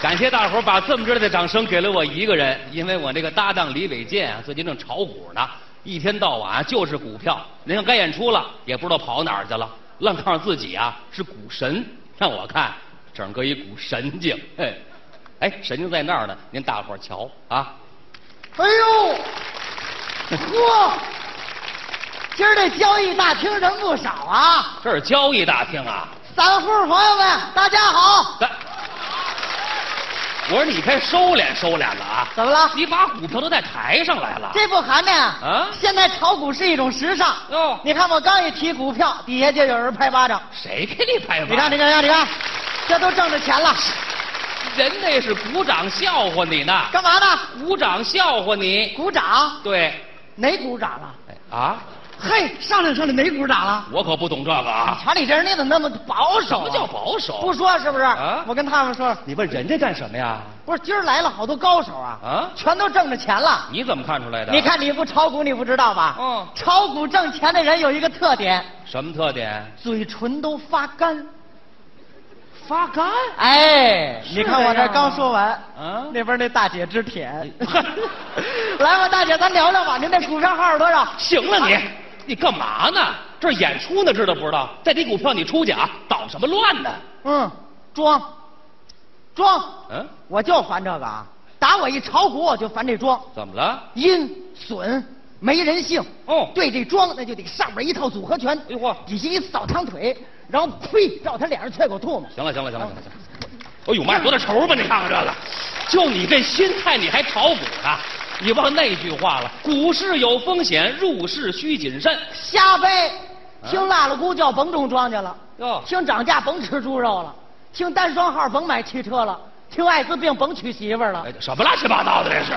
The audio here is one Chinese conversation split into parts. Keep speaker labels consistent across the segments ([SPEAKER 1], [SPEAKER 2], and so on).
[SPEAKER 1] 感谢大伙儿把这么热烈的掌声给了我一个人，因为我那个搭档李伟健啊，最近正炒股呢，一天到晚就是股票。您看该演出了，也不知道跑哪儿去了，愣告诉自己啊是股神，让我看整个一股神经。嘿，哎，神经在那儿呢，您大伙儿瞧啊。
[SPEAKER 2] 哎 呦，嚯！今儿这交易大厅人不少啊！
[SPEAKER 1] 这是交易大厅啊！
[SPEAKER 2] 散户朋友们，大家好！
[SPEAKER 1] 咱，我说你该收敛收敛了啊！
[SPEAKER 2] 怎么了？
[SPEAKER 1] 你把股票都带台上来了。
[SPEAKER 2] 这不寒碜啊！
[SPEAKER 1] 啊
[SPEAKER 2] 现在炒股是一种时尚。
[SPEAKER 1] 哟
[SPEAKER 2] 你看我刚一提股票，底下就有人拍巴掌。
[SPEAKER 1] 谁给你拍板？啊
[SPEAKER 2] 你看，你看，你看，你看，这都挣着钱了，
[SPEAKER 1] 人那是鼓掌笑话你呢，
[SPEAKER 2] 干嘛呢？
[SPEAKER 1] 鼓掌笑话你。
[SPEAKER 2] 鼓掌？
[SPEAKER 1] 对，
[SPEAKER 2] 哪鼓掌了？
[SPEAKER 1] 哎啊，
[SPEAKER 2] 嘿，上来上来，哪鼓掌了？
[SPEAKER 1] 我可不懂这个啊。
[SPEAKER 2] 瞧你这人，你怎么那么保守、啊
[SPEAKER 1] 什么叫？保守？
[SPEAKER 2] 不，说是不是？
[SPEAKER 1] 啊
[SPEAKER 2] 我跟他们说，
[SPEAKER 1] 你问人家干什么呀？
[SPEAKER 2] 不是今儿来了好多高手啊，
[SPEAKER 1] 啊
[SPEAKER 2] 全都挣着钱了。
[SPEAKER 1] 你怎么看出来的？啊
[SPEAKER 2] 你，看你不炒股你不知道吧？
[SPEAKER 1] 嗯
[SPEAKER 2] 炒股挣钱的人有一个特点，
[SPEAKER 1] 什么特点？
[SPEAKER 2] 嘴唇都发干。
[SPEAKER 1] 发干。
[SPEAKER 2] 哎，
[SPEAKER 1] 是
[SPEAKER 2] 你看我
[SPEAKER 1] 这样吗
[SPEAKER 2] 这刚说完，
[SPEAKER 1] 啊
[SPEAKER 2] 那边那大姐直舔
[SPEAKER 1] 哎。
[SPEAKER 2] 来吧，大姐，咱聊聊吧。您那股票号是多少？
[SPEAKER 1] 行了你，
[SPEAKER 2] 啊
[SPEAKER 1] 你干嘛呢？这儿演出呢，知道不知道？再提股票你出去啊，捣什么乱呢？
[SPEAKER 2] 嗯，装，装。
[SPEAKER 1] 嗯，
[SPEAKER 2] 我就烦这个啊！打我一炒股我就烦这装，
[SPEAKER 1] 怎么了？
[SPEAKER 2] 阴损没人性。
[SPEAKER 1] 哦
[SPEAKER 2] 对这装那就得上边一套组合拳，
[SPEAKER 1] 哎呦嚯
[SPEAKER 2] 底下一扫堂腿，然后呸，照他脸上啐口唾沫。
[SPEAKER 1] 行了行了行了行了行了，哎呦妈呀，多大仇吧？你看看这个，就你这心态，你还炒股呢？你忘那句话了，股市有风险，入市需谨慎。
[SPEAKER 2] 瞎掰，听辣了咕叫甭种庄稼了，
[SPEAKER 1] 啊哟
[SPEAKER 2] 听涨价甭吃猪肉了，听单双号甭买汽车了，听艾滋病甭娶媳妇儿了
[SPEAKER 1] 哎，，什么乱七八糟的这是？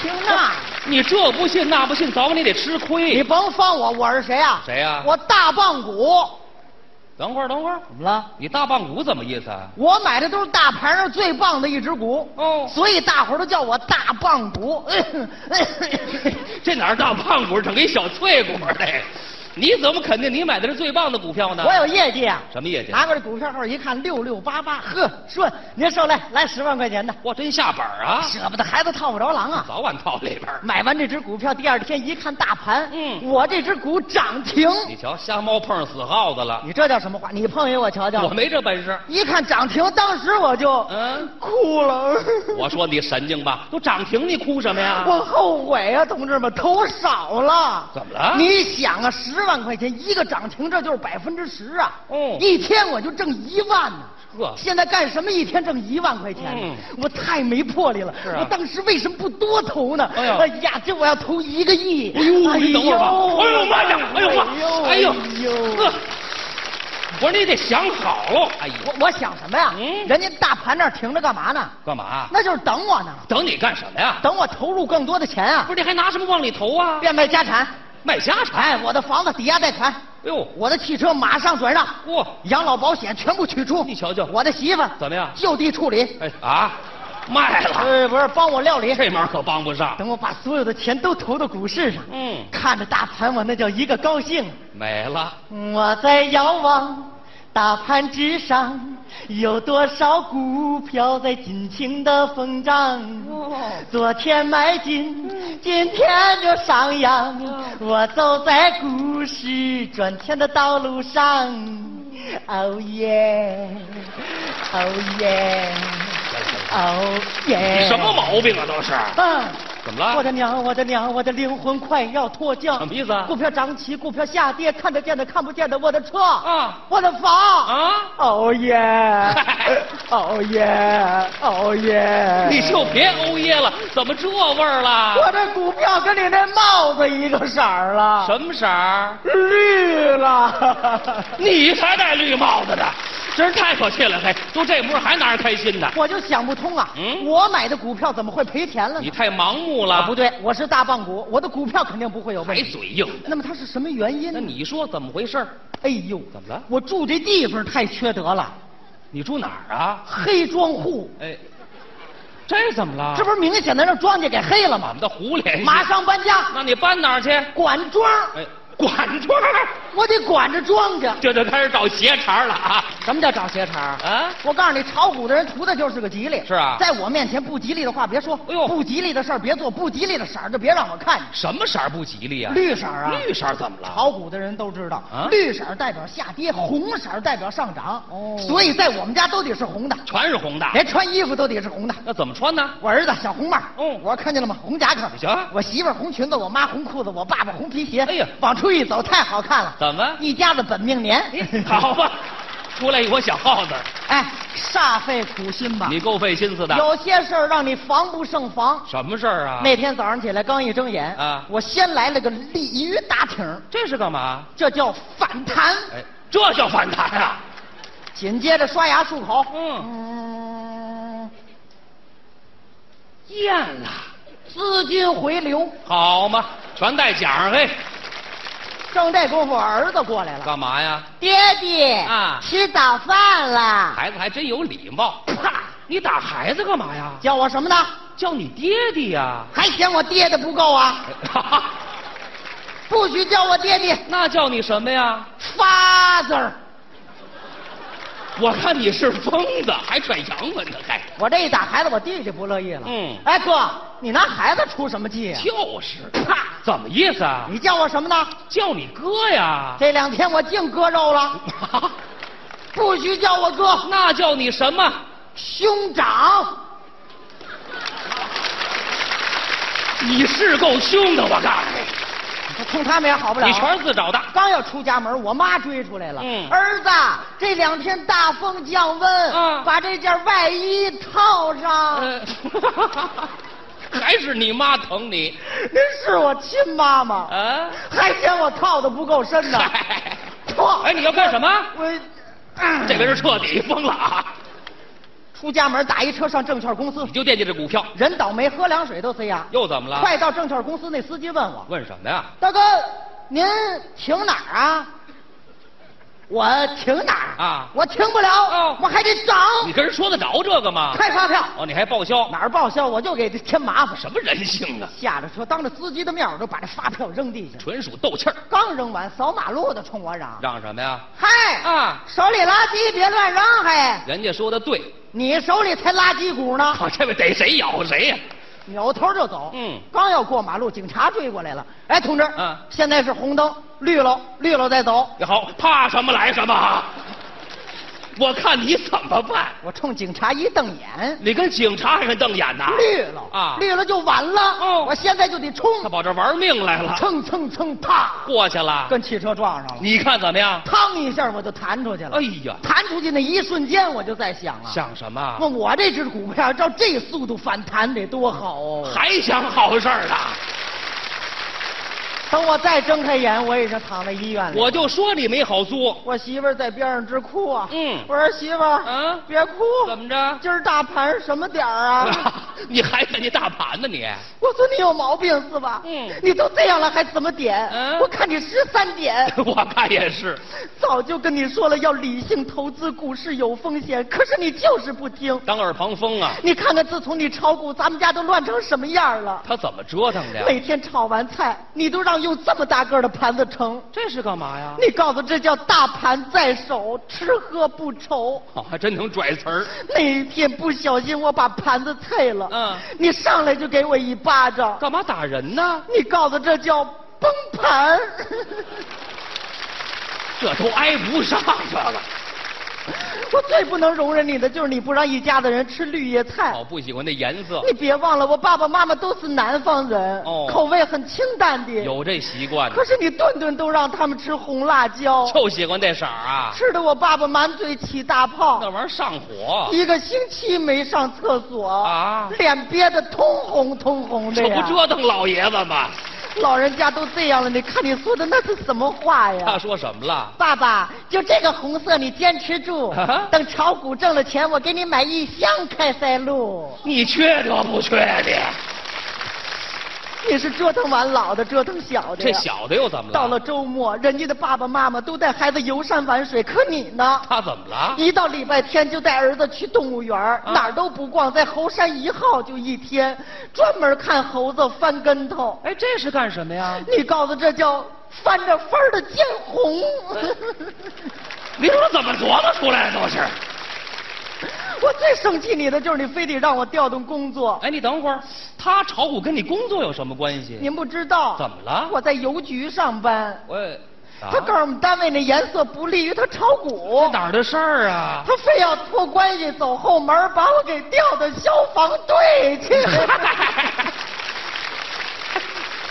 [SPEAKER 2] 听那，
[SPEAKER 1] 你这不信那不信，早晚你得吃
[SPEAKER 2] 你
[SPEAKER 1] 亏。
[SPEAKER 2] 甭放我，我是谁啊？
[SPEAKER 1] 谁呀
[SPEAKER 2] 我大棒骨，
[SPEAKER 1] 等会儿等会儿，
[SPEAKER 2] 怎么了？
[SPEAKER 1] 你大棒骨怎么意思啊？
[SPEAKER 2] 我买的都是大盘上最棒的一只股，
[SPEAKER 1] 哦
[SPEAKER 2] 所以大伙儿都叫我大棒骨。
[SPEAKER 1] 这哪是大棒骨，整个一小脆骨嘞？你怎么肯定你买的是最棒的股票呢？
[SPEAKER 2] 我有业绩啊！
[SPEAKER 1] 什么业绩？
[SPEAKER 2] 拿过来股票号一看，六六八八，呵，顺，您受累，来十万块钱的，
[SPEAKER 1] 我真下本儿啊！
[SPEAKER 2] 舍不得孩子套不着狼啊！
[SPEAKER 1] 早晚套里边儿。
[SPEAKER 2] 买完这只股票，第二天一看大盘，
[SPEAKER 1] 嗯
[SPEAKER 2] 我这只股涨停。
[SPEAKER 1] 你瞧，瞎猫碰上死耗子了。
[SPEAKER 2] 你这叫什么话？你碰一我瞧瞧。
[SPEAKER 1] 我没这本事。
[SPEAKER 2] 一看涨停，当时我就
[SPEAKER 1] 嗯，
[SPEAKER 2] 哭了。
[SPEAKER 1] 我说你神经吧，都涨停你哭什么呀？
[SPEAKER 2] 我后悔啊，同志们，投少了。
[SPEAKER 1] 怎么了
[SPEAKER 2] 你想啊，十万块钱一个涨停，这就是百分之十啊。
[SPEAKER 1] 哦
[SPEAKER 2] 一天我就挣一万呢、
[SPEAKER 1] 呵
[SPEAKER 2] 现在干什么一天挣一万块钱呢？
[SPEAKER 1] 嗯
[SPEAKER 2] 我太没魄力了、
[SPEAKER 1] 是啊
[SPEAKER 2] 我当时为什么不多投呢？
[SPEAKER 1] 哎呀
[SPEAKER 2] 呀，这我要投一个亿！
[SPEAKER 1] 哎呦，你等会儿吧。哎呦妈呀！哎呦我，哎呦，呵我说你得想好喽。哎呦，
[SPEAKER 2] 我我想什么呀？
[SPEAKER 1] 嗯啊
[SPEAKER 2] 人家大盘那儿停着干嘛呢？
[SPEAKER 1] 干嘛？
[SPEAKER 2] 那就是等我呢，
[SPEAKER 1] 等你干什么呀？
[SPEAKER 2] 等我投入更多的钱啊
[SPEAKER 1] 不，是你还拿什么往里投啊？
[SPEAKER 2] 变卖家产。
[SPEAKER 1] 卖家产。
[SPEAKER 2] 哎，我的房子抵押贷款，
[SPEAKER 1] 哎呦，
[SPEAKER 2] 我的汽车马上转让，
[SPEAKER 1] 嚯，
[SPEAKER 2] 养老保险全部取出。
[SPEAKER 1] 你瞧瞧
[SPEAKER 2] 我的媳妇儿
[SPEAKER 1] 怎么样
[SPEAKER 2] 就地处理。
[SPEAKER 1] 哎啊，卖了，
[SPEAKER 2] 呃，不是，帮我料理。
[SPEAKER 1] 这忙可帮不上。
[SPEAKER 2] 等我把所有的钱都投到股市上，
[SPEAKER 1] 嗯，
[SPEAKER 2] 看着大盘，我那叫一个高兴。
[SPEAKER 1] 没了。
[SPEAKER 2] 我在遥望大盘之上，有多少股票在尽情的疯涨？昨天买进，今天就上扬。我走在股市赚钱的道路上，哦耶，哦耶，哦耶！
[SPEAKER 1] 哎你什么？毛病啊？都是。
[SPEAKER 2] 嗯。
[SPEAKER 1] 怎么了
[SPEAKER 2] 我的娘，我的娘，我的灵魂快要脱缰。
[SPEAKER 1] 啊什么意思啊
[SPEAKER 2] 股票涨起，股票下跌，看得见的，看不见的，我的车，
[SPEAKER 1] 啊
[SPEAKER 2] 我的房，
[SPEAKER 1] 啊？
[SPEAKER 2] 哦 耶，哦耶，哦耶！
[SPEAKER 1] 你就别啊欧耶了，怎么这味儿
[SPEAKER 2] 我
[SPEAKER 1] 了？
[SPEAKER 2] 这股票跟你那帽子一个色儿了，
[SPEAKER 1] 什么色儿？
[SPEAKER 2] 绿了。
[SPEAKER 1] 你才戴绿帽子呢，真是太可气了！嘿，都这模样还拿人开心呢？
[SPEAKER 2] 我就想不通啊，
[SPEAKER 1] 嗯
[SPEAKER 2] 我买的股票怎么会赔钱了
[SPEAKER 1] 你
[SPEAKER 2] 呢？
[SPEAKER 1] 太盲目
[SPEAKER 2] 啊
[SPEAKER 1] 了，
[SPEAKER 2] 不，对，我是大棒股，我的股票肯定不会有问
[SPEAKER 1] 还
[SPEAKER 2] 题。
[SPEAKER 1] 嘴硬呢。
[SPEAKER 2] 那么它是什么原因
[SPEAKER 1] 那
[SPEAKER 2] 呢？
[SPEAKER 1] 你说怎么回事儿？
[SPEAKER 2] 哎呦，
[SPEAKER 1] 怎么了
[SPEAKER 2] 我住这地方太缺德了，
[SPEAKER 1] 你住哪儿啊？
[SPEAKER 2] 黑庄户，
[SPEAKER 1] 哎，这怎么了？
[SPEAKER 2] 这不是明显的让庄稼给黑了
[SPEAKER 1] 啊我
[SPEAKER 2] 吗
[SPEAKER 1] 们？的胡联系
[SPEAKER 2] 马上搬家，
[SPEAKER 1] 那你搬哪儿去？
[SPEAKER 2] 管庄。
[SPEAKER 1] 哎，管住！
[SPEAKER 2] 我得管着庄稼。
[SPEAKER 1] 这就开始找鞋茬了啊！
[SPEAKER 2] 什么叫找鞋茬儿
[SPEAKER 1] 啊
[SPEAKER 2] 我告诉你，炒股的人图的就是个吉利。
[SPEAKER 1] 是啊
[SPEAKER 2] 在我面前不吉利的话别说，
[SPEAKER 1] 哎呦
[SPEAKER 2] 不吉利的事儿别做，不吉利的色儿就别让我看见。
[SPEAKER 1] 什么色儿不吉利啊？
[SPEAKER 2] 绿色儿啊
[SPEAKER 1] 绿色儿怎么了？
[SPEAKER 2] 炒股的人都知道，
[SPEAKER 1] 啊
[SPEAKER 2] 绿色儿代表下跌，红色儿代表上涨。
[SPEAKER 1] 哦啊
[SPEAKER 2] 所以在我们家都得是红的，
[SPEAKER 1] 全是红的。
[SPEAKER 2] 连穿衣服都得是红的。
[SPEAKER 1] 那怎么穿呢？
[SPEAKER 2] 我儿子小红帽，
[SPEAKER 1] 嗯
[SPEAKER 2] 我看见了吗？红夹克，
[SPEAKER 1] 行
[SPEAKER 2] 我媳妇儿红裙子，我妈红裤子，我爸爸红皮鞋。
[SPEAKER 1] 哎呀
[SPEAKER 2] 往出一走太好看了，
[SPEAKER 1] 怎么？哎
[SPEAKER 2] 一家子本命年。
[SPEAKER 1] 好吧，出来一窝小耗子，
[SPEAKER 2] 哎，煞费苦心吧。
[SPEAKER 1] 你够费心思的。
[SPEAKER 2] 有些事儿让你防不胜防。
[SPEAKER 1] 什么事儿啊？
[SPEAKER 2] 那天早上起来刚一睁眼
[SPEAKER 1] 啊
[SPEAKER 2] 我先来了个鲤鱼打挺，
[SPEAKER 1] 这是干嘛？
[SPEAKER 2] 这叫反弹。
[SPEAKER 1] 哎，这叫反弹啊！
[SPEAKER 2] 紧接着刷牙漱口，
[SPEAKER 1] 嗯，
[SPEAKER 2] 嗯，
[SPEAKER 1] 厌了，
[SPEAKER 2] 资金回流。
[SPEAKER 1] 好嘛，全带奖嘿。
[SPEAKER 2] 正这功夫，儿子过来了，
[SPEAKER 1] 干嘛呀？
[SPEAKER 2] 爹爹
[SPEAKER 1] 啊
[SPEAKER 2] 吃早饭了，
[SPEAKER 1] 孩子还真有礼貌。
[SPEAKER 2] 啪，
[SPEAKER 1] 你打孩子干嘛呀？
[SPEAKER 2] 叫我什么呢？
[SPEAKER 1] 叫你爹爹呀、
[SPEAKER 2] 还嫌我爹的不够啊？
[SPEAKER 1] 哈哈，哎
[SPEAKER 2] 不许叫我爹爹
[SPEAKER 1] 那叫你什么呀？
[SPEAKER 2] ，father。
[SPEAKER 1] 我看你是疯子，还转洋文呢，还
[SPEAKER 2] 我这一打孩子，我弟弟不乐意了。
[SPEAKER 1] 嗯
[SPEAKER 2] 哎哥，你拿孩子出什么气呀、
[SPEAKER 1] 就是，啪，怎么意思啊？
[SPEAKER 2] 你叫我什么呢？
[SPEAKER 1] 叫你哥呀？
[SPEAKER 2] 这两天我净割肉了，
[SPEAKER 1] 哈嗯
[SPEAKER 2] 不许叫我哥，
[SPEAKER 1] 那叫你什么？
[SPEAKER 2] 兄长。
[SPEAKER 1] 你是够凶的，我告诉
[SPEAKER 2] 我冲他们也好不了
[SPEAKER 1] 你，
[SPEAKER 2] 啊。
[SPEAKER 1] 你全是自找的。
[SPEAKER 2] 刚要出家门，我妈追出来了。
[SPEAKER 1] 嗯
[SPEAKER 2] 儿子，这两天大风降温，
[SPEAKER 1] 啊
[SPEAKER 2] 把这件外衣套上。
[SPEAKER 1] 呃， 还是你妈疼你
[SPEAKER 2] 您是我亲妈妈，
[SPEAKER 1] 啊？
[SPEAKER 2] 还嫌我套的不够 深呢。
[SPEAKER 1] 嗨
[SPEAKER 2] 套
[SPEAKER 1] 哎，你要干什么？
[SPEAKER 2] 我、嗯
[SPEAKER 1] 这回是彻底疯了啊！
[SPEAKER 2] 出家门打一车上证券公司
[SPEAKER 1] 你，就惦记这股票，
[SPEAKER 2] 人倒霉，喝凉水都塞牙。
[SPEAKER 1] 又怎么了？
[SPEAKER 2] 快到证券公司，那司机问我
[SPEAKER 1] 问什么呀？：“
[SPEAKER 2] 大哥，您停哪儿啊？”我停哪儿
[SPEAKER 1] 啊
[SPEAKER 2] 我停不了，
[SPEAKER 1] 哦
[SPEAKER 2] 我还得涨，
[SPEAKER 1] 你跟人说得着这个吗？
[SPEAKER 2] 开发票，
[SPEAKER 1] 哦，你还报销？
[SPEAKER 2] 哪儿报销我就给他添麻烦。
[SPEAKER 1] 什么人性啊？
[SPEAKER 2] 下了车，当着司机的面，我就把这发票扔地下。
[SPEAKER 1] 纯属斗气儿。
[SPEAKER 2] 刚扔完，扫马路的冲我嚷
[SPEAKER 1] 嚷什么呀：“？
[SPEAKER 2] 嗨，
[SPEAKER 1] 啊
[SPEAKER 2] 手里垃圾别乱扔，嘿，
[SPEAKER 1] 人家说的对，啊
[SPEAKER 2] 你手里才垃圾股 呢。”
[SPEAKER 1] 好，这位逮谁咬谁呀、
[SPEAKER 2] 扭头就走。
[SPEAKER 1] 嗯
[SPEAKER 2] 刚要过马路，警察追过来了。哎，同志，
[SPEAKER 1] 嗯
[SPEAKER 2] 现在是红灯，绿了，绿了再走。
[SPEAKER 1] 你好，怕什么来什么啊。我看你怎么办？
[SPEAKER 2] 我冲警察一瞪眼，
[SPEAKER 1] 你跟警察还是瞪眼呐？
[SPEAKER 2] 绿了
[SPEAKER 1] 啊！
[SPEAKER 2] 绿了就晚了。
[SPEAKER 1] 哦
[SPEAKER 2] 我现在就得冲
[SPEAKER 1] 他，跑这玩命来了，
[SPEAKER 2] 蹭蹭蹭，啪，
[SPEAKER 1] 过去了。
[SPEAKER 2] 跟汽车撞上了，
[SPEAKER 1] 你看怎么样？
[SPEAKER 2] 嘡一下我就弹出去了。
[SPEAKER 1] 哎呀
[SPEAKER 2] 弹出去那一瞬间，我就在想啊，
[SPEAKER 1] 想什么？
[SPEAKER 2] 那我这只股票照这速度反弹得多好哦！
[SPEAKER 1] 还想好事儿呢？啊
[SPEAKER 2] 等我再睁开眼，我已经躺在医院里了。
[SPEAKER 1] 我就说你没好作。
[SPEAKER 2] 我媳妇儿在边上直哭啊。
[SPEAKER 1] 嗯
[SPEAKER 2] 我说媳妇儿，
[SPEAKER 1] 嗯
[SPEAKER 2] 别哭。
[SPEAKER 1] 怎么着啊嗯
[SPEAKER 2] 今儿大盘什么点儿啊？
[SPEAKER 1] 你还惦记大盘呢你？
[SPEAKER 2] 我说你有毛病是吧？
[SPEAKER 1] 嗯
[SPEAKER 2] 你都这样了还怎么点？
[SPEAKER 1] 嗯
[SPEAKER 2] 我看你十 三点。
[SPEAKER 1] 我看也是。
[SPEAKER 2] 早就跟你说了要理性投资，股市有风险，可是你就是不听。
[SPEAKER 1] 当耳旁风啊，
[SPEAKER 2] 你看看，自从你炒股，咱们家都乱成什么样了。
[SPEAKER 1] 他怎么折腾的呀？
[SPEAKER 2] 每天炒完菜，你都让用这么大个儿的盘子盛。
[SPEAKER 1] 这是干嘛呀？
[SPEAKER 2] 你告诉这叫大盘在手，吃喝不愁。
[SPEAKER 1] 哦，还真能拽词儿。
[SPEAKER 2] 那一天不小心我把盘子碎了，
[SPEAKER 1] 嗯
[SPEAKER 2] 你上来就给我一巴掌，
[SPEAKER 1] 干嘛打人呢？
[SPEAKER 2] 你告诉这叫崩盘。
[SPEAKER 1] 这都挨不上这个。
[SPEAKER 2] 我最不能容忍你的就是你不让一家子人吃绿叶菜。
[SPEAKER 1] 哦，不喜欢那颜色，
[SPEAKER 2] 你别忘了，我爸爸妈妈都是南方人，
[SPEAKER 1] 哦
[SPEAKER 2] 口味很清淡的。
[SPEAKER 1] 有这习惯呢
[SPEAKER 2] 哎可，是你顿顿都让他们吃红辣椒，
[SPEAKER 1] 就喜欢这色儿啊。
[SPEAKER 2] 吃的我爸爸满嘴起大
[SPEAKER 1] 那
[SPEAKER 2] 泡，
[SPEAKER 1] 玩意儿上火，
[SPEAKER 2] 一个星期没上厕所，
[SPEAKER 1] 啊
[SPEAKER 2] 脸憋得通红通红的
[SPEAKER 1] 这
[SPEAKER 2] 呀。
[SPEAKER 1] 不折腾老爷子吗？
[SPEAKER 2] 老人家都这样了，你看你说的那是什么话
[SPEAKER 1] 他
[SPEAKER 2] 哎呀？
[SPEAKER 1] 说什么了？
[SPEAKER 2] 爸爸，就这个红色你坚持住，
[SPEAKER 1] 啊
[SPEAKER 2] 等炒股挣了钱，我给你买一箱开塞露。
[SPEAKER 1] 你缺德不缺德？
[SPEAKER 2] 你是折腾完老的，折腾小的
[SPEAKER 1] 这
[SPEAKER 2] 呀。
[SPEAKER 1] 小的又怎么了？
[SPEAKER 2] 到了周末，人家的爸爸妈妈都带孩子游山玩水，可你呢？
[SPEAKER 1] 他怎么了？
[SPEAKER 2] 一到礼拜天就带儿子去动物园
[SPEAKER 1] 啊
[SPEAKER 2] 儿，哪儿都不逛，在猴山一号就一天，专门看猴子翻跟头。
[SPEAKER 1] 哎，这是干什么呀？
[SPEAKER 2] 你告诉这叫翻着翻儿的见红。
[SPEAKER 1] 你说怎么琢磨出来的都是？
[SPEAKER 2] 我最生气你的就是你非得让我调动工作。
[SPEAKER 1] 哎，你等会儿，他炒股跟你工作有什么关系？
[SPEAKER 2] 您不知道
[SPEAKER 1] 怎么了
[SPEAKER 2] 我在邮局上班，
[SPEAKER 1] 我，啊
[SPEAKER 2] 他告诉我们单位那颜色不利于他炒股，
[SPEAKER 1] 哪儿的事儿啊？
[SPEAKER 2] 他非要托关系走后门把我给调到消防队 去。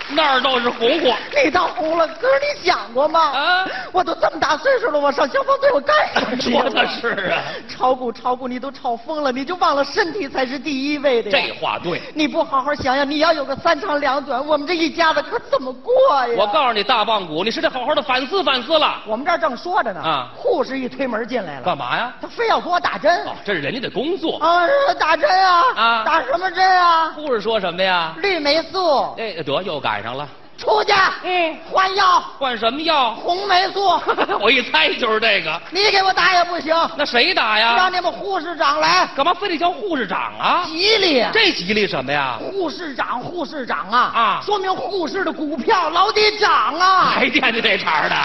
[SPEAKER 1] 那儿倒是红火。
[SPEAKER 2] 你倒红了，哥，你想过吗？
[SPEAKER 1] 啊
[SPEAKER 2] 我都这么大岁数了，我上消防队我干什么去呀？
[SPEAKER 1] 说的是啊
[SPEAKER 2] 炒股炒股，你都炒疯了，你就忘了身体才是第一位的呀。
[SPEAKER 1] 这话对。
[SPEAKER 2] 你不好好想想，你要有个三长两短，我们这一家子可怎么过呀？
[SPEAKER 1] 我告诉你，大棒骨，你是得好好的反思反思了。
[SPEAKER 2] 我们这儿正说着呢，
[SPEAKER 1] 啊
[SPEAKER 2] 护士一推门进来了，
[SPEAKER 1] 干嘛呀？
[SPEAKER 2] 他非要给我打针。
[SPEAKER 1] 哦，这是人家的工作。
[SPEAKER 2] 啊，打针啊，
[SPEAKER 1] 啊
[SPEAKER 2] 打什么针啊？
[SPEAKER 1] 护士说什么呀？
[SPEAKER 2] 绿霉素，
[SPEAKER 1] 哎，得又赶上了。
[SPEAKER 2] 出去，
[SPEAKER 1] 嗯，
[SPEAKER 2] 换药，
[SPEAKER 1] 换什么药？
[SPEAKER 2] 红霉素，
[SPEAKER 1] 我一猜就是这个。
[SPEAKER 2] 你给我打也不行，
[SPEAKER 1] 那谁打
[SPEAKER 2] 让
[SPEAKER 1] 呀？
[SPEAKER 2] 你们护士长来，
[SPEAKER 1] 干嘛非得叫护士长啊？
[SPEAKER 2] 吉利。
[SPEAKER 1] 这吉利什么呀？
[SPEAKER 2] 护士长，护士长啊，
[SPEAKER 1] 啊
[SPEAKER 2] 说明护士的股票老得涨啊。
[SPEAKER 1] 还惦记这茬儿的？